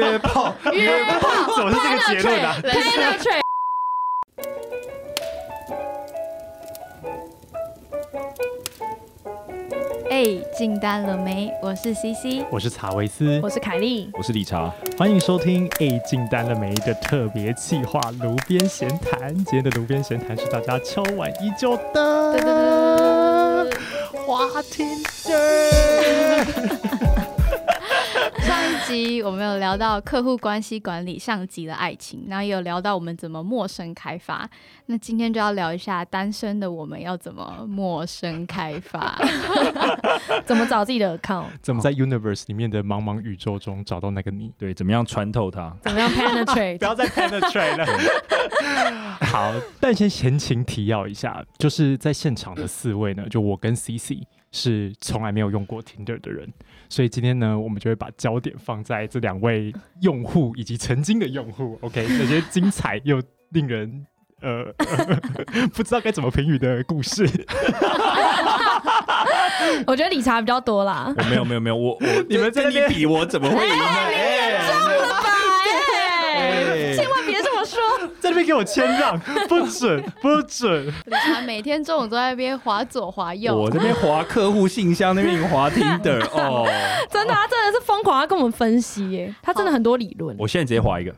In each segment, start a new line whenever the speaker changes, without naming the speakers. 约炮，
约 炮，
怎么是这个结论啊？
Penetrate，
哎，进单了没？我是 CC，
我是查维斯，
我是凯莉，
我是理查，
欢迎收听《A 进单了没》的特别企划《炉边闲谈》。今天的炉边闲谈是大家敲碗已久
啊
的花天 酒。
上一集我们有聊到客户关系管理上级的爱情，然后也有聊到我们怎么陌生开发。那今天就要聊一下单身的我们要怎么陌生开发。
怎么找自己的 account？
怎么在 Universe 里面的茫茫宇宙中找到那个你？
对，怎么样穿透它？
怎么样 penetrate？
不 要再 penetrate 了。好，但先前情提要一下，就是在现场的四位呢，就我跟 CC 是从来没有用过 Tinder 的人，所以今天呢，我们就会把焦点放在这两位用户以及曾经的用户，OK，那些精彩又令人呃不知道该怎么评语的故事。
我觉得理查比较多啦。
哦我没有没有没有，我我
你们在那
跟
边
你比，我怎么 会赢呢？
哎
哎
千万别这么说。
在那边给我谦让，不准不准。
他每天中午都在那边划左划
我
右，
这边划客户信箱，那边划 Tinder 哦。
真的、啊，他真的是疯狂要跟我们分析耶，他真的很多理论。
我现在直接划一个，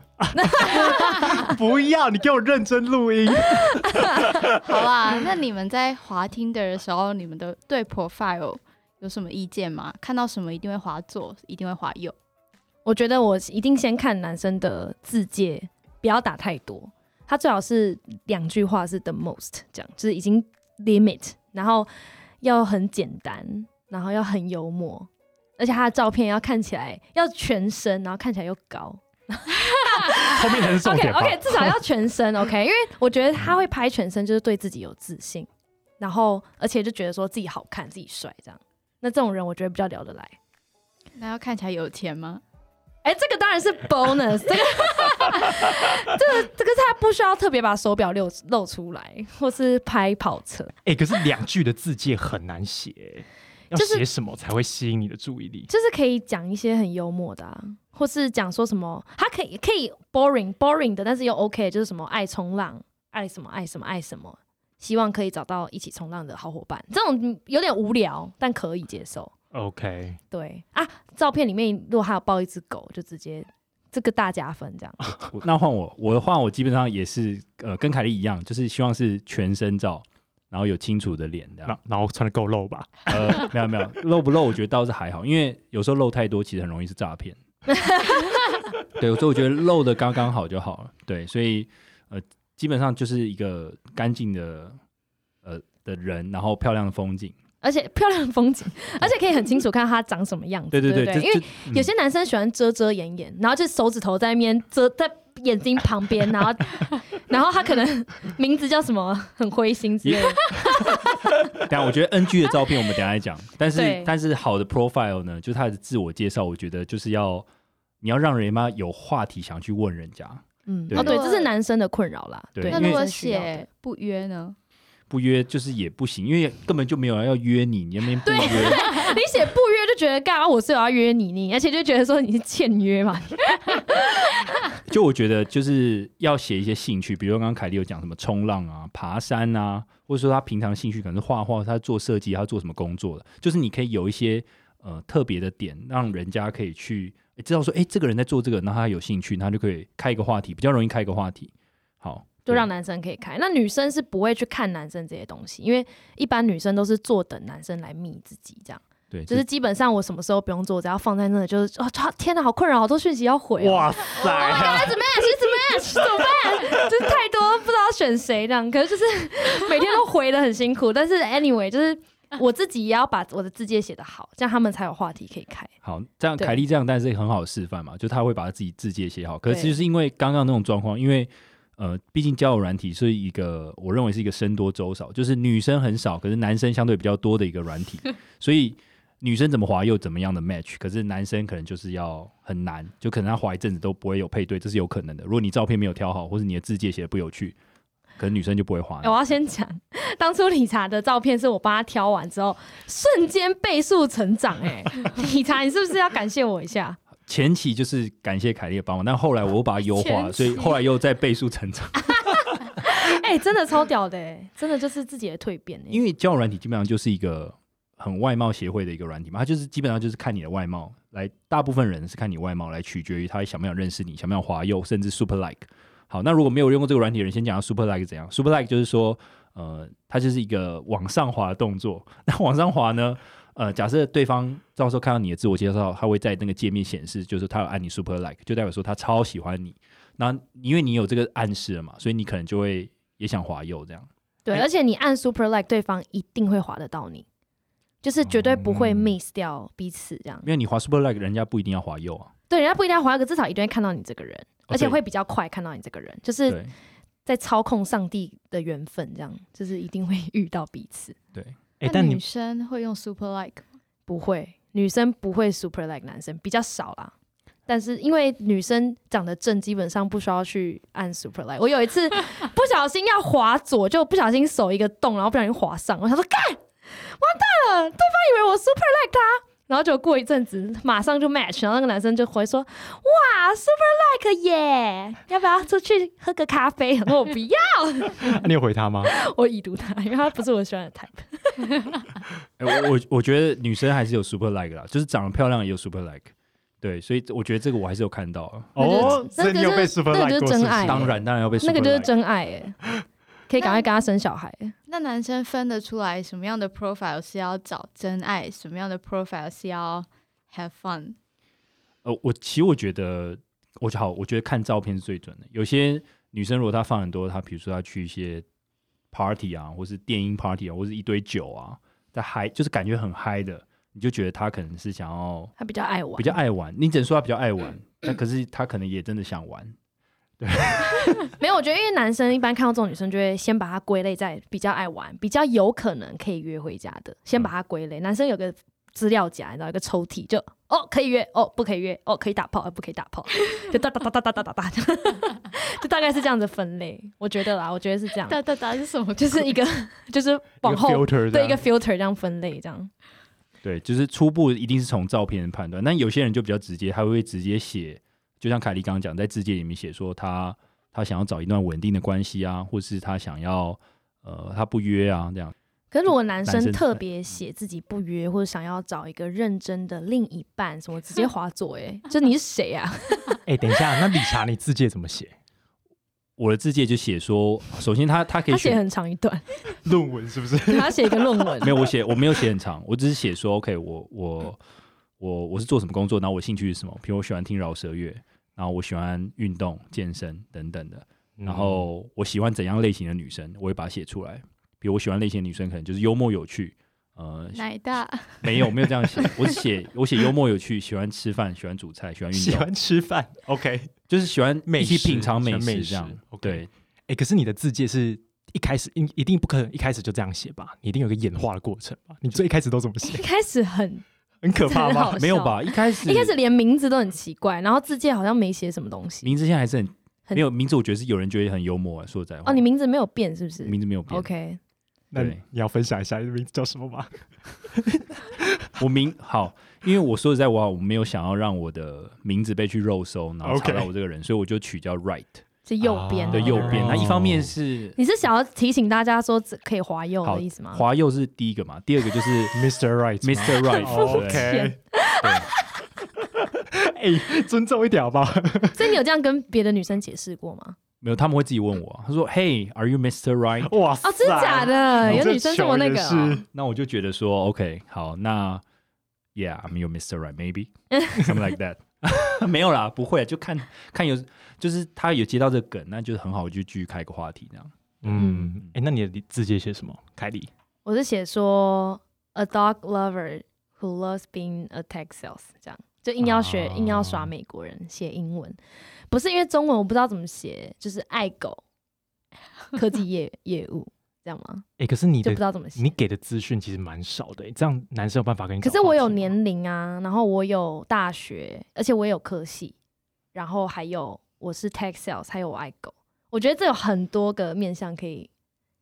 不要，你给我认真录音。
好啦。那你们在滑 Tinder 的时候，你们的对 profile 有什么意见吗？看到什么一定会划左，一定会划右。
我觉得我一定先看男生的字界，不要打太多，他最好是两句话是 the most 这样，就是已经 limit，然后要很简单，然后要很幽默，而且他的照片要看起来要全身，然后看起来又高。
后面才是重
OK
点吧。
OK，至少要全身 OK，因为我觉得他会拍全身，就是对自己有自信，然后而且就觉得说自己好看、自己帅这样。那这种人我觉得比较聊得来。
那要看起来有钱吗？
哎、这个当然是 bonus，这个这个这个他不需要特别把手表露露出来，或是拍跑车。
哎、可是两句的字界很难写欸，要
就是
写什么才会吸引你的注意力？
就是可以讲一些很幽默的、啊，或是讲说什么，他可以可以 boring boring 的，但是又 OK，就是什么爱冲浪，爱什么爱什么爱什么，希望可以找到一起冲浪的好伙伴。这种有点无聊，但可以接受。
OK，
对啊，照片里面如果还有抱一只狗，就直接这个大加分这样。
我那换我，我的话我基本上也是呃跟凯莉一样，就是希望是全身照，然后有清楚的脸的。
然然后穿的够露吧？
呃，没有没有，露不露我觉得倒是还好，因为有时候露太多其实很容易是诈 骗。对，所以我觉得露的刚刚好就好了。对，所以呃，基本上就是一个干净的呃的人，然后漂亮的风景。
而且漂亮的风 景，而且可以很清楚看它长什么样子。
对
对
对
不
对，
因为
这这嗯
有些男生喜欢遮遮掩掩，然后就手指头在那边遮在眼睛旁边，然后 然后他可能名字叫什么很灰心 之类的。
等一下我觉得 NG 的照片我们等一下来讲，但
对
是但是好的 profile 呢，就是他的自我介绍，我觉得就是要你要让人家有话题想去问人家，
嗯，
对
哦对，这是男生的困扰啦。
对
对，
那
因为
如
男
果
生需要的
写不约呢？
不约就是也不行，因为根本就没有人要约你，你那边不约，
你写不约就觉得干嘛？我是有要约你，你而且就觉得说你是欠约嘛。
就我觉得就是要写一些兴趣，比如刚刚凯莉有讲什么冲浪啊、爬山啊，或者说他平常兴趣可能是画画，他做设计，他做什么工作的，就是你可以有一些呃特别的点，让人家可以去诶知道说，哎、这个人在做这个，那他有兴趣，他就可以开一个话题，比较容易开一个话题。好，
就
对
让男生可以开，那女生是不会去看男生这些东西，因为一般女生都是坐等男生来密自己这样，
对，
就是基本上我什么时候不用做，只要放在那里就是哦，天哪，好困扰，好多讯息要回、哦。
哇塞！
怎么样？其实怎么样？怎么办？ 就是太多不知道选谁这样，可是就是 每天都回的很辛苦。但是 anyway，就是我自己也要把我的字界写得好，这样他们才有话题可以开。
好，这样
对
凯莉这样，但是很好的示范嘛，就她会把她自己字界写好。可是
对
就是因为刚刚那种状况，因为呃，毕竟交友软体是一个我认为是一个僧多粥少，就是女生很少，可是男生相对比较多的一个软体，所以女生怎么滑又怎么样的 match，可是男生可能就是要很难，就可能他滑一阵子都不会有配对，这是有可能的。如果你照片没有挑好，或是你的字界写的不有趣，可能女生就不会滑
哎。我要先讲，当初理查的照片是我帮他挑 完之后，瞬间倍速成长、哎，理查，你是不是要感谢我一下？
前期就是感谢凯莉的帮忙，但后来我又把它优化，
前期
所以后来又在倍速成长。
哎、真的超屌的、哎，真的就是自己的蜕变、哎
因为交友软体基本上就是一个很外貌协会的一个软体嘛，它就是基本上就是看你的外貌来，大部分人是看你外貌来取决于他想不想认识你，想不想滑右，甚至 super like。好，那如果没有用过这个软体的人，先讲下 super like 是怎样。super like 就是说，呃，它就是一个往上滑的动作。那往上滑呢，呃，假设对方到时候看到你的自我介绍，他会在那个界面显示，就是他有按你 super like，就代表说他超喜欢你。那因为你有这个暗示了嘛，所以你可能就会也想滑右这样。
对，
哎
而且你按 super like，对方一定会划得到你，就是绝对不会
哦
miss 掉彼此这样
因。为你滑 super like，人家不一定要滑右啊。
对，人家不一定要划，可至少一定会看到你这个人，而且
对
会比较快看到你这个人，就是
对
在操控上帝的缘分，这样就是一定会遇到彼此。
哎、
那
但
女
你
生会用 super like 吗
不会，女生不会 super like 男生，比较少啦。但是因为女生长得正，基本上不需要去按 super like。我有一 次不小心要滑左，就不小心手一个洞，然后不小心滑上，我想说干，完蛋了，对方以为我 super like 他。然后就过一阵子，马上就 match，然后那个男生就回说：“哇，super like 耶，要不要出去喝个咖啡？”我说：“我不要，
你有回他吗？
我已读他，因为他不是我喜欢的 type。
哎、我我我觉得女生还是有 super like 啦，就是长得漂亮也有 super like。对，所以我觉得这个我还是有看到啊。
那就是
哦，
那
所以你有
就是
被 super
那
like
就是
过是不
真爱
是
当然，当 然要被 super
哎那
like。
个就是真爱哎、可以赶快跟他生小孩、欸。”
那男生分得出来什么样的 profile 是要找真爱，什么样的 profile 是要 have fun？
呃，我其实我觉得，我就好，我觉得看照片是最准的。有些女生如果她放很多，她比如说她去一些 party 啊，或是电音 party 啊，或是一堆酒啊，在嗨，就是感觉很嗨的，你就觉得她可能是想要
他比较爱玩，
比较爱玩。你只能说她比较爱玩，但可是她可能也真的想玩。
没有。我觉得因为男生一般看到这种女生，就会先把她归类在比较爱玩、比较有可能可以约回家的，先把她归类。男生有个资料夹，你知道一个抽屉，就哦可以约，哦不可以约，哦可以打炮，哦不可以打炮，就哒哒哒哒哒哒哒哒，就大概是这样子分类。我觉得啦，我觉得是这样，
哒哒哒是什么？
就是一个就是往
一
后
个 filter
对一
这
个
样
filter 这样分类，这样
对，就是初步一定是从照片判断，但有些人就比较直接，他会直接写，就像凯莉刚刚讲，在字界里面写说他他想要找一段稳定的关系啊，或是他想要呃他不约啊这样。
可是如果男
男
生
生
特别写自己不约或者想要找一个认真的另一半，什么直接划左、欸，就你是谁啊？
哎、等一下，那理查你字界怎么写？
我的字界就写说，首先他他可以
他写
选，
很长一段。
论文是不是？
他写一个论文，
没有我写我没有写很长，我只是写说 OK 我我我我是做什么工作，然后我兴趣是什么，比如我喜欢听饶舌乐，然后我喜欢运动健身等等的，
嗯
然后我喜欢怎样类型的女生，我会把它写出来。比如我喜欢类型的女生，可能就是幽默有趣。呃，
奶大，
没有没有这样写，我只写我写幽默有趣，喜欢吃饭，喜欢煮菜，喜欢运
喜
动，
欢吃饭，OK。
就是喜欢
美
一起
食
品尝
喜
美
欢美
食
食
这样。
，OK
对，
哎、可是你的字界是一开始一一定不可能一开始就这样写吧？你一定有个演化的过程吧？你最一开始都怎么
一
写？
开始很，
很可怕
很
吗
好？
没有
笑
吧？一开始
一开始连名字都很奇怪，然后字界好像没写什么东西。
名字现在还是很
很
没有名字，我觉得是有人觉得很幽默、啊。说实在话，
哦，你名字没有变是不是
名字没有变。
？OK，
那
对
你要分享一下你的名字叫什么吗？
我名好，因为我说实在话，我没有想要让我的名字被去肉搜，然后查
OK
到我这个人，所以我就取叫 Right
是右边哦
啊
的右边。那一方面是
你是想要提醒大家说这可以划右
好
的意
啊
思吗？
华右是第一个嘛，第二个就是
Mr. Right 吗
Mr. Right，对不对
哦 OK，哎、尊重一点好不好？
所以你有这样跟别的女生解释过吗？
没有，他们会自己问我，他说：“Hey，are you Mr. Right？”
哇塞，
哦，真
啊
的假的？
你
有
这
女生这么
球
那
也
个
是
哦？
那我就觉得说，OK，好，那 Yeah，I'm your Mr. Right，maybe，something like that 。 没有啦，不会，啊就看看有，就是他有接到这个梗，那就是很好，就继续开个话题这样。
嗯，哎、那你的字界写什么？凯莉，
我是写说 a dog lover who loves being a tech sales，这样就硬要学、
哦
硬要耍美国人写英文，不是因为中文我不知道怎么写，就是爱狗科技业业务这样吗？
哎、可是你
就
的
不知道怎么写
你。给的资讯其实蛮少的、哎这样男生有办法跟你
可
找话题吗。
是我有年龄啊，然后我有大学，而且我也有科系，然后还有我是 tech sales，还有我爱狗，我觉得这有很多个面向可以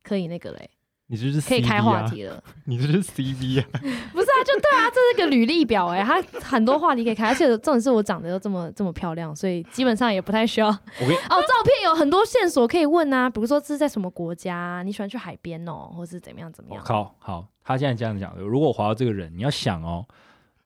可以那个嘞，
你这是 CV 啊
可以开话，题了。
你这是 CV 啊，
不是啊，就对啊，这是个履历表哎、他很多话题可以开，而且重点是我长得又这么这么漂亮，所以基本上也不太需要。 哦，
我跟
照片有很多线索可以问啊，比如说这是在什么国家啊、你喜欢去海边哦，或是怎么样怎么
我
样。
靠，好，他现在这样讲，如果我滑到这个人，你要想哦，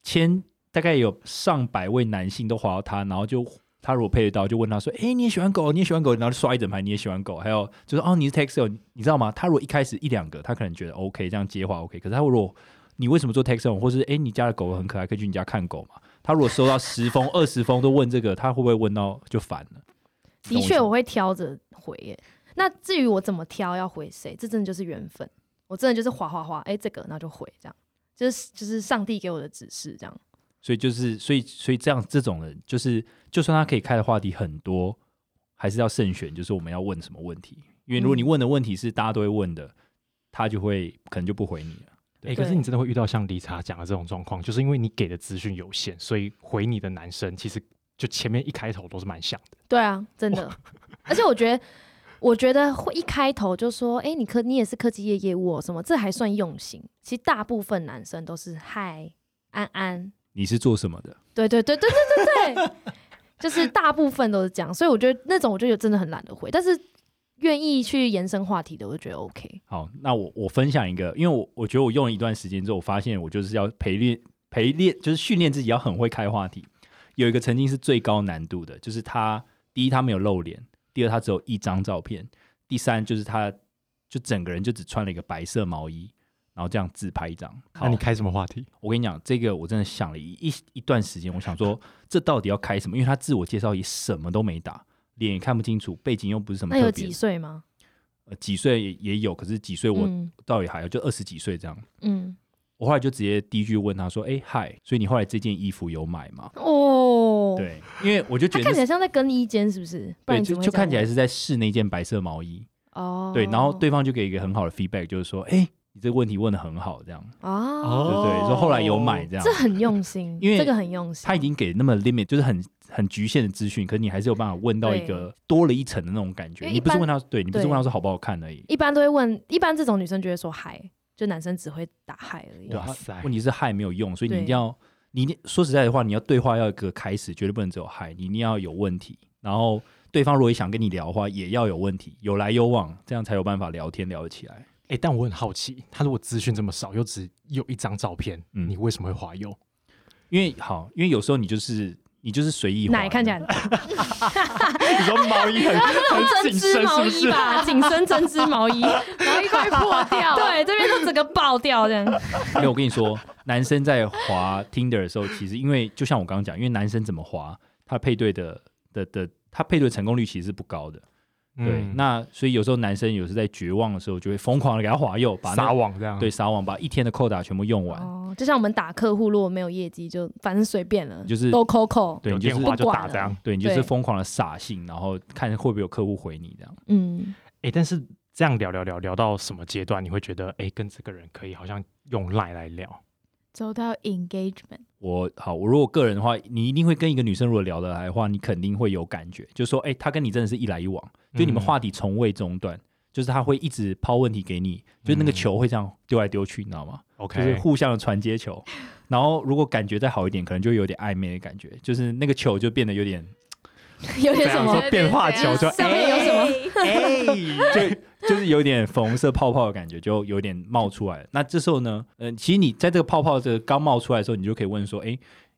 千大概有上百位男性都滑到他，然后就他如果配得到，就问他说，哎、你也喜欢狗，你也喜欢狗，然后就刷一整排你也喜欢狗，还有就是哦，你是 Texel，你知道吗？他如果一开始一两个，他可能觉得 OK，这样接话 OK，可是他如果你为什么做 Texel，或是哎、你家的狗很可爱，可以去你家看狗嘛？他如果收到十封、 二十封都问这个，他会不会问到就烦了？
的确，我会挑着回耶、那至于我怎么挑要回谁，这真的就是缘分。我真的就是划划划，哎、这个然后就回这样，就是就是上帝给我的指示这样。
所以就是，所以所以这样这种人，就是就算他可以开的话题很多，还是要慎选，就是我们要问什么问题。因为如果你问的问题是大家都会问的，他就会可能就不回你了。
哎、可是你真的会遇到像理查讲的这种状况，就是因为你给的资讯有限，所以回你的男生其实就前面一开头都是蛮像的。
对啊，真的。而且我觉得，我觉得会一开头就说：“哎、你科你也是科技业业务、哦、什么？”这还算用心。其实大部分男生都是“嗨，安安
你是做什么的？”，
对对对对对对对，就是大部分都是这样。所以我觉得那种我就有真的很懒得回，但是愿意去延伸话题的，我就觉得 OK。
好，那我我分享一个，因为我我觉得我用了一段时间之后，我发现我就是要培练培练，就是训练自己要很会开话题。有一个曾经是最高难度的，就是他第一他没有露脸，第二他只有一张照片，第三就是他就整个人就只穿了一个白色毛衣，然后这样自拍一张。好
那你开什么话题？
我跟你讲，这个我真的想了一一一段时间，我想说这到底要开什么？因为他自我介绍也什么都没打，脸也看不清楚，背景又不是什么
那
特
有
别
几
的，
岁吗？
呃几岁也也有，可是几岁我
嗯
到底还有就二十几岁这样。
嗯，
我后来就直接第一句问他说：“哎、嗨，所以你后来这件衣服有买吗
哦？”，
对，因为我就觉
他
得那
看起
是
来像在更衣间，是不是？不
对，
然你
就
怎么会
就
这样
看起来
问
是在试那件白色毛衣，
哦，
对，然后对方就给一个很好的 feedback，就是说：“哎、你这个问题问的很好，这样，
哦，
对不对？”说后来有买这样
这，很用心，
因为
这个很用心。
他已经给那么 limit，就是很很局限的资讯，可是你还是有办法问到一个多了一层的那种感觉。
因为
你
一
不是
般
问他，对你不是
对
问他说好不好看而已，
一般都会问，一般这种女生就会说嗨，就男生只会打嗨而已。
对
哇
他
塞
问题是嗨没有用，所以你一
哎对
定要，你一定说实在的话，你要对话要有一个开始，绝对不能只有嗨，你一定要有问题。然后对方如果也想跟你聊的话，也要有问题，有来有往，这样才有办法聊天聊得起来。
哎、但我很好奇，他如果资讯这么少，又只有一张照片，
嗯
你为什么会滑右？
因为好，因为有时候你就是你就是随意滑的，
奶看起来很大，
你说毛衣 很很
针
紧
织
身是
毛
不
衣
是？
吧，紧身针织毛衣，
然后一块破掉，
对，这边都整个爆掉这样。
因为我跟你说，男生在滑 Tinder 的时候，其实因为就像我刚刚讲，因为男生怎么滑，他配对的的的，他配对成功率其实是不高的。对，
嗯
那所以有时候男生有时在绝望的时候，就会疯狂的给他滑右，把
撒
那
网这样。
对撒网，把一天的扣打全部用完。
哦，就像我们打客户，如果没有业绩，就反正随便了，
就是
都扣扣。
对，
有
你就
电
是
话就
不
打
管
这样
了。
对你就是
对
疯狂的撒性，然后看会不会有客户回你这样。
嗯，
哎、但是这样聊聊聊聊到什么阶段，你会觉得哎、诶跟这个人可以好像用赖来聊，
走到 engagement，
我好，我如果个人的话，你一定会跟一个女生如果聊得来的话，你肯定会有感觉，就是说，哎、她跟你真的是一来一往，就你们
嗯
话题从未中断，就是她会一直抛问题给你，就是那个
嗯
球会这样丢来丢去，你知道吗？
？OK，
就是互相的传接球。然后如果感觉再好一点，可能就会有点暧昧的感觉，就是那个球就变得有点，
有点什
说
么
对
变化球就
上面有什么？
哎、
就就是有点粉红色泡泡的感觉，就有点冒出来了。那这时候呢，嗯、其实你在这个泡泡这个刚冒出来的时候，你就可以问说，哎、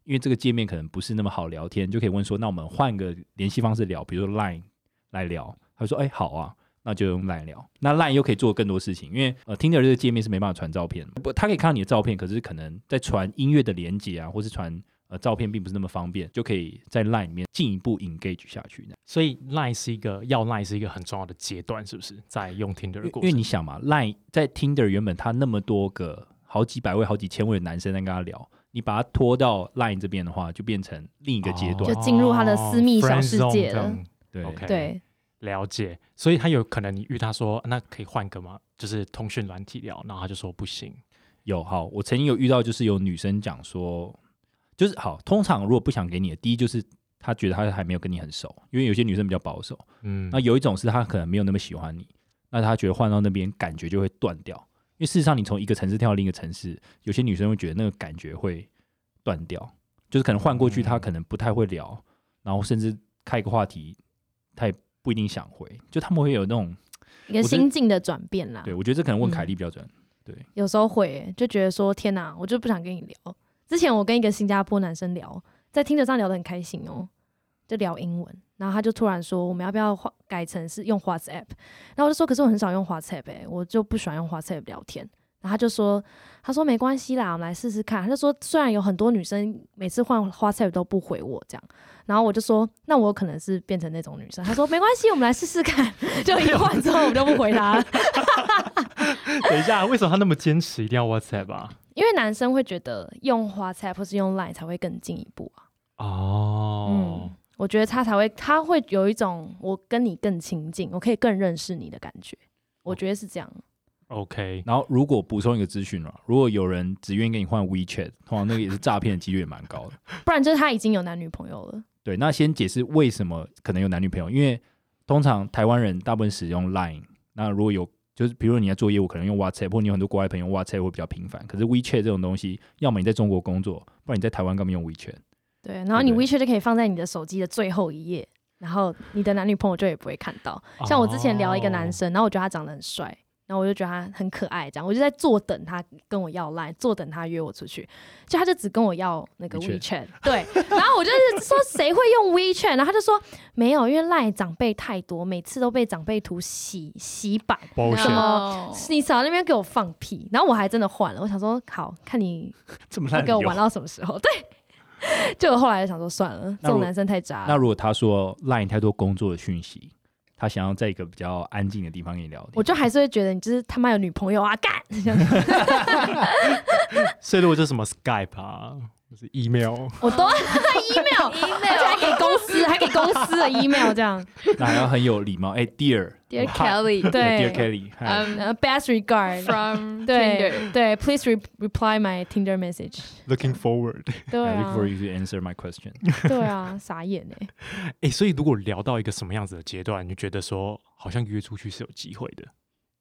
因为这个界面可能不是那么好聊天，就可以问说，那我们换个联系方式聊，比如说 Line 来聊。他说，哎、好啊。那就用 Line 聊，那 Line 又可以做更多事情，因为呃，Tinder 这个界面是没办法传照片的，不，他可以看到你的照片，可是可能在传音乐的连接啊，或是传呃照片，并不是那么方便，就可以在 Line 里面进一步 engage 下去。
所以赖是一个要赖是一个很重要的阶段，是不是？在用 Tinder 的
因
过
因为
程，
你想嘛，Line 在 Tinder 原本他那么多个好几百位、好几千位的男生在跟他聊，你把他拖到 Line 这边的话，就变成另一个阶段。
哦就进入他的私密小世界
哦
了
，friend zone 这
对
样哦 OK，
对，
了解。所以他有可能你遇他说，那可以换个吗？就是通讯软体聊，然后他就说不行。
有好，我曾经有遇到，就是有女生讲说，就是好，通常如果不想给你的，第一就是她觉得她还没有跟你很熟，因为有些女生比较保守。
嗯
那有一种是她可能没有那么喜欢你，那她觉得换到那边感觉就会断掉，因为事实上，你从一个城市跳到另一个城市，有些女生会觉得那个感觉会断掉，就是可能换过去，她可能不太会聊，然后甚至开一个话题，她也不一定想回，就他们会有那种，
一个
我觉得
心境的转变啦
对。我觉得这可能问凯
嗯
莉比较准。
有时候会欸、就觉得说天哪、我就不想跟你聊。之前我跟一个新加坡男生聊，在听着上聊得很开心哦、就聊英文，然后他就突然说我们要不要换改成是用 WhatsApp？然后我就说可是我很少用 WhatsApp，、欸、我就不喜欢用 WhatsApp 聊天。然后他就说，他说没关系啦，我们来试试看。他就说虽然有很多女生每次换 WhatsApp 都不回我这样，然后我就说那我可能是变成那种女生。他说没关系，我们来试试看。 就一换之后我们就不回他了。
等一下，为什么他那么坚持一定要 WhatsApp 啊？
因为男生会觉得用 WhatsApp 或是用 Line 才会更进一步啊。
哦，
嗯，我觉得他才会，他会有一种我跟你更亲近，我可以更认识你的感觉。
哦
我觉得是这样。
OK，
然后如果补充一个资讯啊，如果有人只愿意跟你换 WeChat，通常那个也是诈骗的几率也蛮高的。
不然就是他已经有男女朋友了。
对，那先解释为什么可能有男女朋友，因为通常台湾人大部分使用 Line，那如果有就是比如说你在做业务，可能用 WhatsApp，或你有很多国外朋友 WhatsApp 会比较频繁。可是 WeChat 这种东西，要么你在中国工作，不然你在台湾干嘛用 WeChat？
对，然后你
对
WeChat 就可以放在你的手机的最后一页，然后你的男女朋友就也不会看到。像我之前聊一
哦
个
哦
男生，然后我觉得他长得很帅，然后我就觉得他很可爱，这样我就在坐等他跟我要 line，坐等他约我出去，就他就只跟我要那个
WeChat
WeChat，对，然后我就是说谁会用 WeChat，然后他就说没有，因为 line 长辈太多，每次都被长辈图洗洗版。
哦
什么
bullshit，
你少在那边给我放屁，然后我还真的换了，我想说好看你
这么
会给我玩到什么时候，对，就我后来想说算了，这
那如
种男生太渣
那
了，
如果他说 Line 太多工作的讯息，他想要在一个比较安静的地方跟你聊天，
我就还是会觉得你就是他妈有女朋友啊，干！
所以如果就是什么 Skype 啊，就是 email，
我 都 email，而且还给公司，还给公司的 email 这样。
那还要很有礼貌。哎，Dear
，Dear
Hi
Kelly，
Dear
对
Kelly，嗨
，I'm
呃，best regard。
from
对
Tinder，
对，please re reply my Tinder message。
looking forward。
对
I look
啊
for，you to answer my question。
对啊，傻眼哎。
哎、所以如果聊到一个什么样子的阶段，你就觉得说好像约出去是有机会的？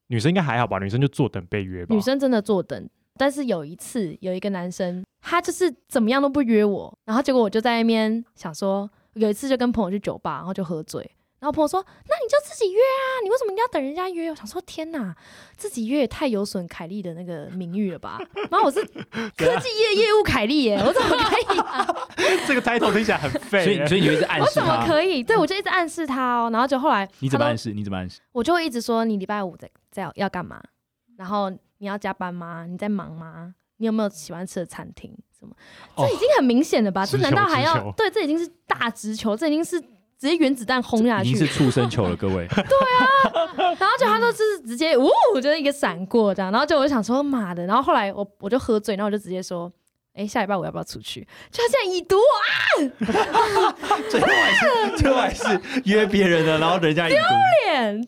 女生应该还好吧？女生就坐等被约吧。
女生真的坐等，但是有一次有一个男生，他就是怎么样都不约我，然后结果我就在那边想说，有一次就跟朋友去酒吧，然后就喝醉。然后朋友说：“那你就自己约啊，你为什么一定要等人家约？”我想说：“天哪，自己约也太有损凯莉的那个名誉了吧？” 然后我 是
啊
科技业业务凯莉耶，我怎么可以？
这个 title 听起 来很
所
废、
以，所以你就一直暗
我
示
怎么
他，
可以？对，我就一直暗示他哦。然后就后来
你怎么
他都
暗示？你怎么暗示？
我就会一直说你礼拜五在在要干嘛，然后你要加班吗？你在忙吗？你有没有喜欢吃的餐厅？什么？
哦
这已经很明显了吧？
直
这
球
难道还
直球
要对？这已经是大直球，这已经是直接原子弹轰下
已经
去
是。畜生球了，各位。
然后就他都是直接呜，就是一个闪过这样。然后就我就想说妈的，然后后来我我就喝醉，然后我就直接说。哎，下礼拜我要不要出去？就他现在已读我，
最后还是最后还是约别人的，然后人家也读，
脸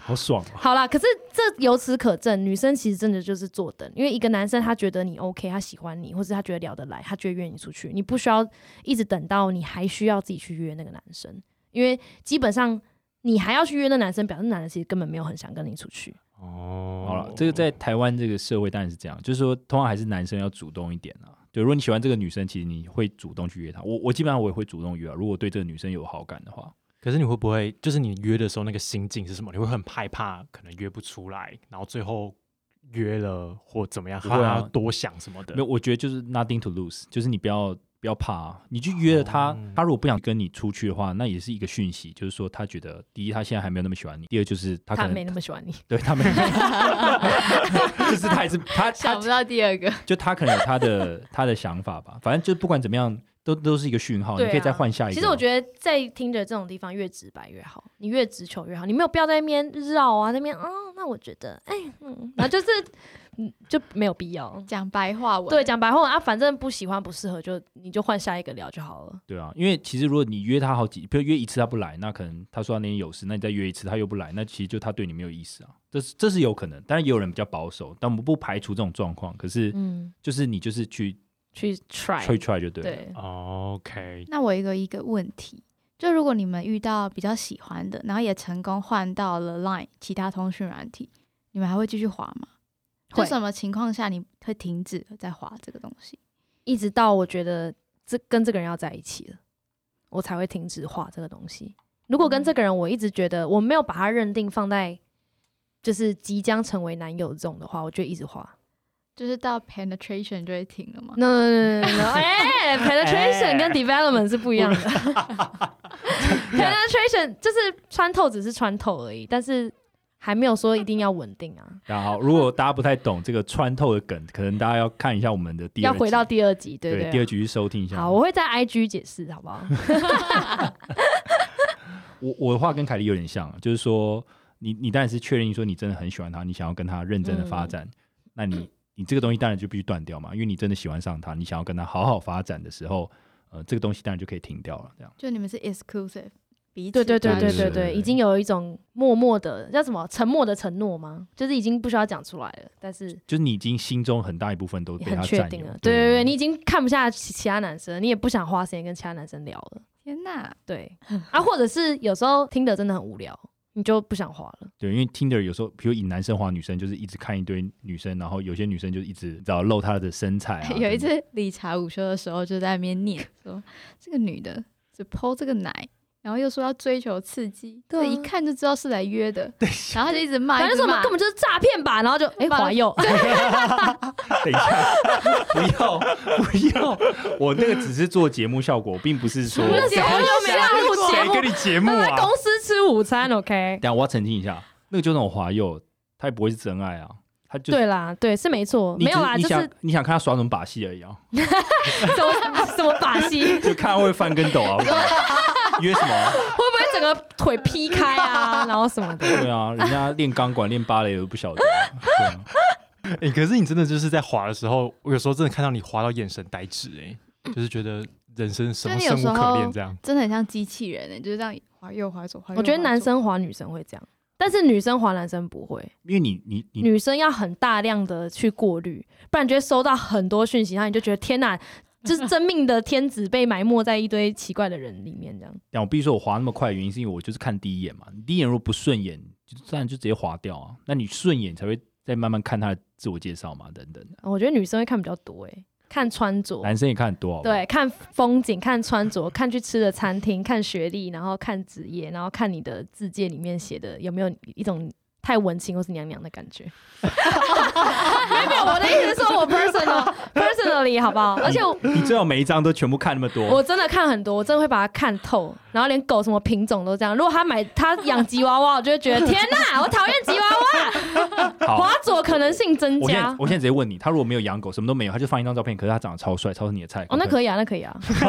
好爽啊！
好啦，可是这由此可证，女生其实真的就是坐等，因为一个男生他觉得你 OK，他喜欢你，或者他觉得聊得来，他就会约你出去。你不需要一直等到你还需要自己去约那个男生，因为基本上你还要去约那男生，表示那男的其实根本没有很想跟你出去。
哦
好了，这个在台湾这个社会当然是这样，就是说，通常还是男生要主动一点啊。对，如果你喜欢这个女生，其实你会主动去约她。我我基本上我也会主动约啊，如果我对这个女生有好感的话。
可是你会不会就是你约的时候那个心境是什么？你会很害怕，可能约不出来，然后最后约了或怎么样，
不会啊
还要多想什么的
没有，。我觉得就是 nothing to lose，就是你不要不要怕、啊，你去约了他，他如果不想跟你出去的话，那也是一个讯息，就是说他觉得第一他现在还没有那么喜欢你，第二就是他可
他
能
没那么喜欢你，
对他没， 就是他还是他他
想不到第二个，
就他可能有他的 他的想法吧，反正就不管怎么样，都都是一个讯号，
对啊
你可以再换下一个。
其实我觉得在听着这种地方越直白越好，你越直球越好，你没有必要在那边绕啊，那边啊、哦那我觉得，哎，嗯，然后就是嗯就没有必要。
讲白话文，
对，讲白话文啊，反正不喜欢不适合就你就换下一个聊就好了。
对啊，因为其实如果你约他好几，比如约一次他不来，那可能他说他啊那天有事，那你再约一次他又不来，那其实就他对你没有意思啊，这是这是有可能，当然也有人比较保守，但我们不排除这种状况。可是
嗯，
就是你就是去
去 try，
吹出来就对了。
对，
OK，
那我一个一个问题，就如果你们遇到比较喜欢的，然后也成功换到了 Line 其他通讯软体，你们还会继续滑吗？就
会
什么情况下你会停止在滑这个东西？
一直到我觉得这跟这个人要在一起了，我才会停止画这个东西。如果跟这个人我一直觉得我没有把他认定放在就是即将成为男友这种的话，我就一直画。
就是到 penetration 就会停了吗？
no no no no, no，哎，penetration 跟 development 是不一样的。penetration 就是穿透，只是穿透而已，但是还没有说一定要稳定啊。
然后如果大家不太懂这个穿透的梗，可能大家要看一下我们的第二
要
集
回到第二集，对不
对
对啊？
第二局去收听一下。
好，我会在 IG 解释，好不 好？
我我的话跟凯莉有点像，就是说，你你当然是确认说你真的很喜欢他，你想要跟他认真的
嗯
发展，那你你这个东西当然就必须断掉嘛，因为你真的喜欢上他，你想要跟他好好发展的时候，呃，这个东西当然就可以停掉了。这样，
就你们是 exclusive，彼此
对对对
专
对
属
对
对
对
对，已经有一种默默的叫什么沉默的承诺吗？就是已经不需要讲出来了，但是
就是你已经心中很大一部分都
也
被
很
他
确
占
定
有
了。。对对对，你已经看不下其其他男生，你也不想花时间跟其他男生聊了。
天哪，
对啊，或者是有时候听的真的很无聊，你就不想花了。
对，因为 Tinder 有时候，比如以男生滑女生，就是一直看一堆女生，然后有些女生就一直找露她的身材、 啊。
有一
等等
次理查午休的时候就在那边念说，这个女的只剖这个奶，然后又说要追求刺激，
对啊
这一看就知道是来约的，然后就一直骂，
反
一
正
直
说我
骂
们根本就是诈骗吧，然后就哎
把
滑右，
等一下，不要不要，我那个只是做节目效果，并不是说
那 时候又没来录 节
谁
目
跟，你节目
他在
啊。
公司吃午餐，OK？
等一下我要澄清一下，那个就是那种滑右，他也不会是真爱啊，他就
对啦，对，是没错，
你
没
只
有啦，啊
你
就
想
是
你想看他耍什么把戏而已啊，
什么 什么把戏，会
就看他会翻跟斗 啊，约什么啊、
不会整个腿劈开啊，然后什么的。
对啊，人家练钢管、练芭蕾都不晓得啊、对啊。
哎、可是你真的就是在滑的时候，我有时候真的看到你滑到眼神呆滞，
嗯
哎，就是觉得人生什么
就是有
生
时
无可
候
恋这样。
真的很像机器人、欸，就是这样滑右滑左滑右。
我觉得
滑
男
左
生滑女生会这样，但是女生滑男生不会。
因为你你你
女生要很大量的去过滤，不然你就会收到很多讯息，然后你就觉得天哪， 就是真命的天子被埋没在一堆奇怪的人里面这样。
但我必须说我滑那么快的原因，是因为我就是看第一眼嘛。你第一眼如果不顺眼，就自然就直接滑掉啊。那你顺眼才会再慢慢看他的自我介绍嘛，等等的。
我觉得女生会看比较多、欸，看穿着，
男生也看很多好不好，
对，看风景，看穿着，看去吃的餐厅，看学历，然后看职业，然后看你的字界里面写的有没有一种太文青或是娘娘的感觉。 没有，没有，我的意思是说我 personal personally 好不好？而且我
你最好每一张都全部看那么多
我。真的看很多，我真的会把它看透，然后连狗什么品种都这样。如果他买他养吉娃娃，我就会觉得天哪，我讨厌吉娃娃，
好，啊
滑左可能性增
我现在
加。
我现在直接问你，他如果没有养狗，什么都没有，他就放一张照片，可是他长得超帅，超是你的菜。
哦，那可以啊，那可以啊， 不是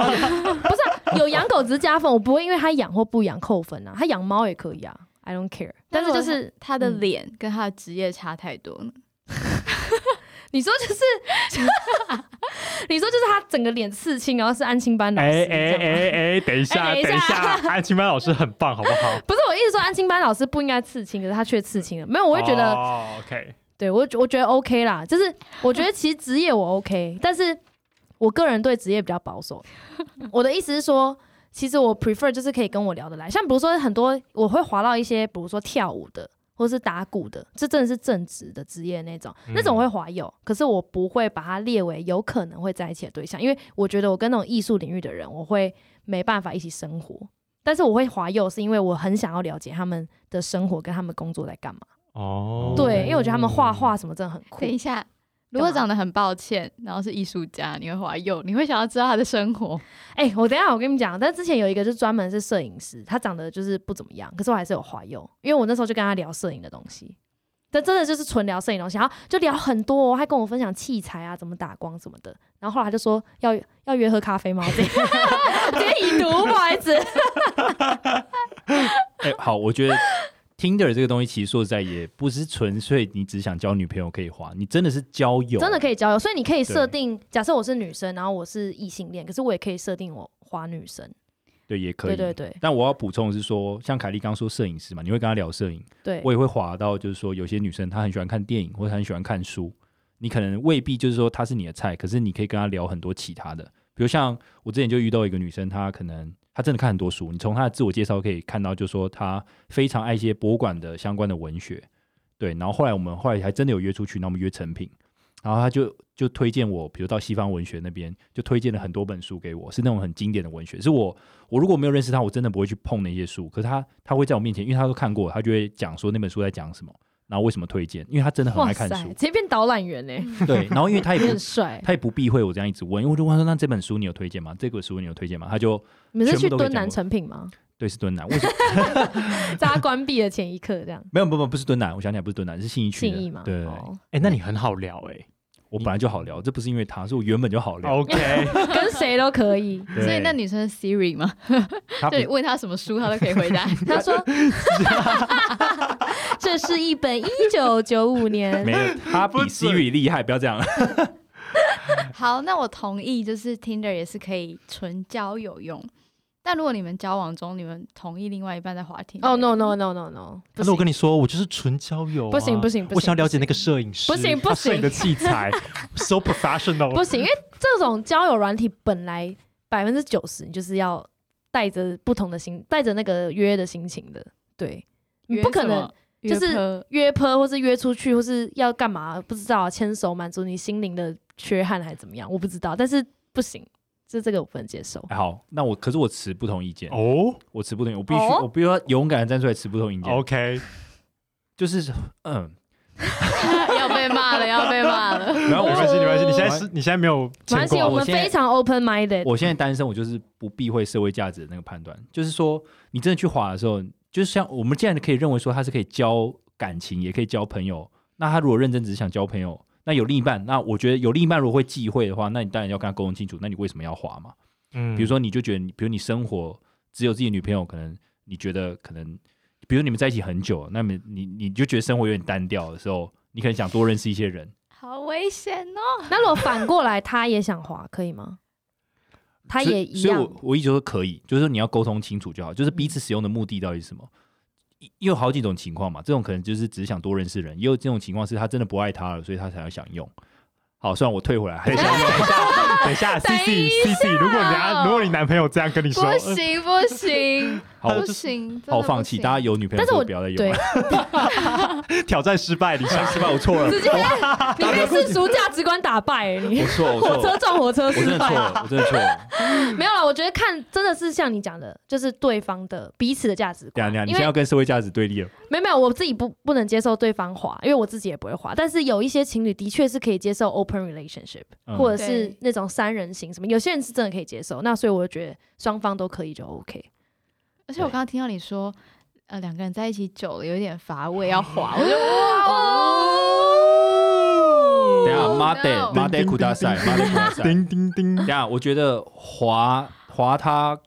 啊，有养狗只是加分，我不会因为他养或不养扣分啊，他养猫也可以啊，I don't care。但
但
是
是
就
就是
是
他的
嗯
脸跟他的职业差太多了。
你说就是， 你说就是他整个脸刺青，然后是安亲班老
哎
师这
哎
样吗，
哎哎，等一下，
哎等一
等一
下
下， 安青班老师很棒，好不好？
不是我意思说安亲班老师不应该刺青，可是他却刺青了，没有，我会觉得。
哦，OK，
对我觉我觉得 OK 啦，就是我觉得其实职业我 OK，但 是我个人对职业比较保守。 我的意思是说，其实我 prefer 就是可以跟我聊得来，像比如说很多我会滑到一些，比如说跳舞的或是打鼓的，这真的是正职的职业那种，那种我会滑有，可是我不会把它列为有可能会在一起的对象，因为我觉得我跟那种艺术领域的人，我会没办法一起生活。但是我会滑右，是因为我很想要了解他们的生活跟他们工作在干嘛。
哦，
对，因为我觉得他们画画什么真的很酷
等。一下，如果
干嘛
长得很抱歉，然后是艺术家，你会滑右，你会想要知道他的生活。
哎、我等一下我跟你讲，但之前有一个就是专门是摄影师，他长得就是不怎么样，可是我还是有滑右，因为我那时候就跟他聊摄影的东西，但真的就是纯聊摄影的东西，然后就聊很多、哦，还跟我分享器材啊、怎么打光什么的，然后后来他就说要要约喝咖啡吗？我 直接直接已读，不好意思，
啊哎、好，我 觉得 Tinder 这个东西其实说实在也不是纯粹你只想交女朋友可以滑，你真的是交友，
真的可以交友，所以你可以设
对
定，假设我是女生，然后我是异性恋，可是我也可以设定我滑女生，
对，也可以。
对对对
但我要补充的是说，像凯莉刚说摄影师嘛，你会跟她聊摄影，
对
我，也会滑到，就是说有些女生她很喜欢看电影，或者她很喜欢看书，你可能未必就是说她是你的菜，可是你可以跟她聊很多其他的，比如像我之前就遇到一个女生，她可能她真的看很多书，你从她的自我介绍可以看到，就是说她非常爱一些博物馆的相关的文学，对，然后后来我们后来还真的有约出去，然后我们约成品，然后他就就推荐我，比如到西方文学那边，就推荐了很多本书给我，是那种很经典的文学，是我我如果没有认识他，我真的不会去碰那些书，可是他他会在我面前，因为他都看过，他就会讲说那本书在讲什么，然后为什么推荐，因为他真的很爱看书嗯
直，接变导览员哎，
对，然后因为他也
有
不
点帅。
他也不避讳我这样一直问，因为我就问他说那这本书你有推荐吗？这本书你有推荐吗？他就
你们是
全
去
部都可以
敦南
讲过
成品吗？
对是敦南，为什么？
在他关闭的前一刻这样。
没有，不不不是敦南，我想起来不是敦南，是信义区的。
信义嘛，
对，
哦
哎、那你很好聊哎、
我本来就好聊，这不是因为他，是我原本就好聊。
OK，
跟谁都可以。
对
所以那女生是 Siri 吗？
他不
就你问她什么书，她都可以回答。
他说，这是一本一九九 五年
没
嗯
有，他比
不准
Siri 厉害，不要这样。
好，那我同意，就是 Tinder 也是可以纯交友用。但如果你们交往中，你们同意另外一半在滑听
哦、no no no no no，
可是我跟你说，我就是纯交友、啊，
不行不行不行
我想要了解那个摄影师，
不行不行
他摄影的器 材，so professional，
不行，因为这种交友软体本来百分之九十你就是要带着不同的心，带着那个约的心情的，对，你不可能
约什么
就是
约炮
约坡或是约出去或是要干嘛不知道啊，牵手满足你心灵的缺憾还是怎么样，我不知道，但是不行，这这个我不能接受。
好，那我可是我持不同意见，
哦、
我持不同意，我必须
哦
我必须要勇敢的站出来持不同意见。
o k
就是嗯，
要被骂了，要被骂 了。
然后没关系没关系，你现在是你现在没有
没
牵
关系，我
挂，
们
我现在
非常 open minded。
我现在单身，我就是不避讳社会价值的那个判断，就是说你真的去滑的时候，就是像我们既然可以认为说他是可以交感情，也可以交朋友，那他如果认真只是想交朋友，那有另一半，那我觉得有另一半如果会忌讳的话，那你当然要跟他沟通清楚，那你为什么要滑嘛？
嗯
比如说你就觉得你，比如你生活只有自己的女朋友，可能你觉得可能，比如你们在一起很久，那么你你就觉得生活有点单调的时候，你可能想多认识一些人，
好危险哦！
那如果反过来，他也想滑，可 以吗？他
所以
也一
所以
样。
我我一直说可以，就是说你要沟通清楚就好，就是彼此使用的目的到底是什么。也也有好几种情况嘛，这种可能就是只是想多认识人，也有这种情况是他真的不爱他了，所以他才要想用。好，虽然我退回来，还
等一
是
下，等一下，等一下
等
，C
一
C C C，如果你
下
男如果你男朋友这样跟你说，
不行不行
好
不行，
好
真的
放
不
弃，
行
大家有女朋友
但是
就
我
不要再用
对
了。，
呃挑战失败，你 想失败，我错了，
直接
啊
你被世俗价值观打败、欸，你
我错了，我
火
错
车
了，
撞火车
我真
失
的错
败。
了，我真的错了。
没有了，我觉得看真的是像你讲的，就是对方的彼此的价值
等一
观
下等一下，。你
因
现在
为
要跟社会价值对立了。
没有没有，我自己不不能接受对方滑，因为我自己也不会滑。但是有一些情侣的确是可以接受 open relationship，、
嗯
或者是
对
那种三人行什么，有些人是真的可以接受。那所以我觉得双方都可以就 OK。
而且我刚刚听到你说，呃，两个人在一起久了有点乏味，要 滑，我就哇哦
等一下，妈得
no
妈得苦大赛，妈得苦大赛。
叮叮
等
叮
一， 下，我觉得滑滑他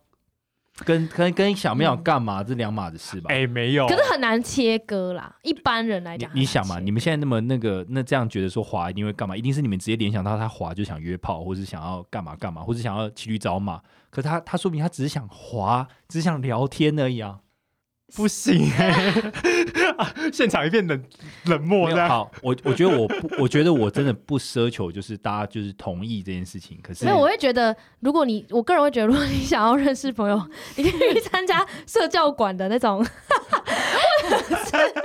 跟跟跟想不想干嘛这两码子事吧。
哎，没有，
可是很难切割啦，一般人来
你
哎讲
你想嘛，
很难切
你们现在那么那个那这样觉得说滑一定会干嘛？一定是你们直接联想到他滑就想约炮，或是想要干嘛干嘛，或是想要骑驴找马。可他他说明他只是想滑，只是想聊天而已啊。
不行 哎，啊现场一片冷冷漠这
没有
样，
好，我我觉得我不，我觉得我真的不奢求就是大家就是同意这件事情。可是
没有，我会觉得，如果你，我个人会觉得，如果你想要认识朋友，你可以去参加社教馆的那种， 或者是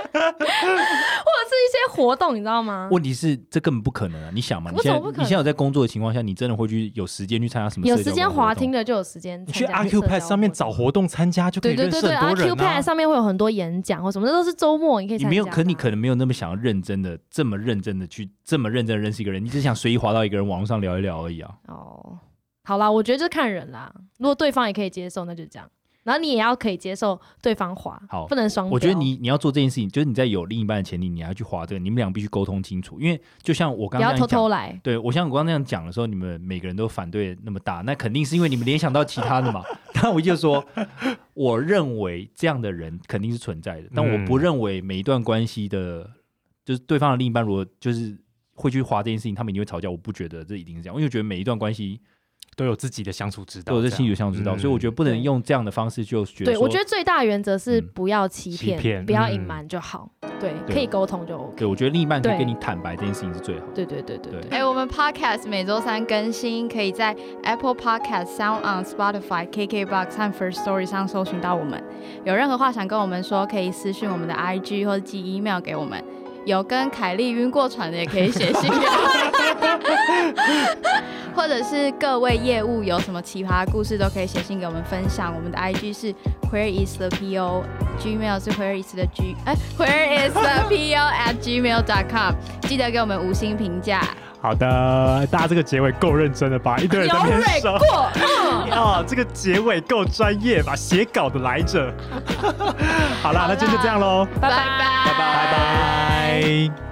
或者是一些活动，你知道吗？
问题是这根本不可能啊！你想嘛，你
嗯我怎
现
么
在
不
你
可能
现在有在工作的情况下，你真的会去有时间去参加什么？
有时间滑听。的就有时间
你
参
去
加
RQ
社交
Pad 上面找
活
活动参加就
动，
可以
对对
认
对
识
对
很多
，RQ
人
Pad
啊。
上面会有很多演讲或什么，那都是周末你可以
你
参加。啊
没有，可你可能没有那么想要认真的、这么认真的去、这么认真的认识一个人，你只想随意滑到一个人网络上聊一聊而已啊。
哦，好啦，我觉得就是看人啦。如果对方也可以接受，那就这样。然后你也要可以接受对方滑，
好
不能双标。
我觉得你你要做这件事情，就是你在有另一半的前提，你还要去滑这个，你们俩必须沟通清楚。因为就像我
不
刚刚
要
那样
偷
讲，
偷来。
对我像我刚刚那样讲的时候，你们每个人都反对那么大，那肯定是因为你们联想到其他的嘛。 但我就说，我认为这样的人肯定是存在的，但我不
嗯
认为每一段关系的，就是对方的另一半如果就是会去花这件事情，他们一定会吵架。我不觉得这一定是这样，因为我觉得每一段关系
都有自己的相处之道，
都有这心理上知道，
嗯
所以我觉得不能
对
用这样的方式就觉得
对，
说。
我觉得最大原则是
嗯
不要欺骗，
欺骗
不要隐
嗯
瞒就好。对，
对
可以沟通就 OK。
对，我觉得另一半可以
对
跟你坦白这件事情是最好的。
对对对对
对
哎、我们 Podcast 每周三更新，可以在 Apple Podcast、Sound on、Spotify、KKBox 和 First Story 上搜寻到我们。有任何话想跟我们说，可以私讯我们的 IG 或者寄 email 给我们。有跟凯莉晕过船的也可以写信给我们或者是各位业务有什么奇葩故事都可以写信给我们分享。我们的 IG 是 Where is the PO Gmail 是 Where is the G 哎、Where is the PO at gmail dot com，记得给我们五星评价。
好的，大家这个结尾够认真了吧？一堆人在那边说
过，嗯
啊，这个结尾够专业吧？写稿的来 着。好啦，那今天就这样喽，
拜
拜拜。
拜
拜拜。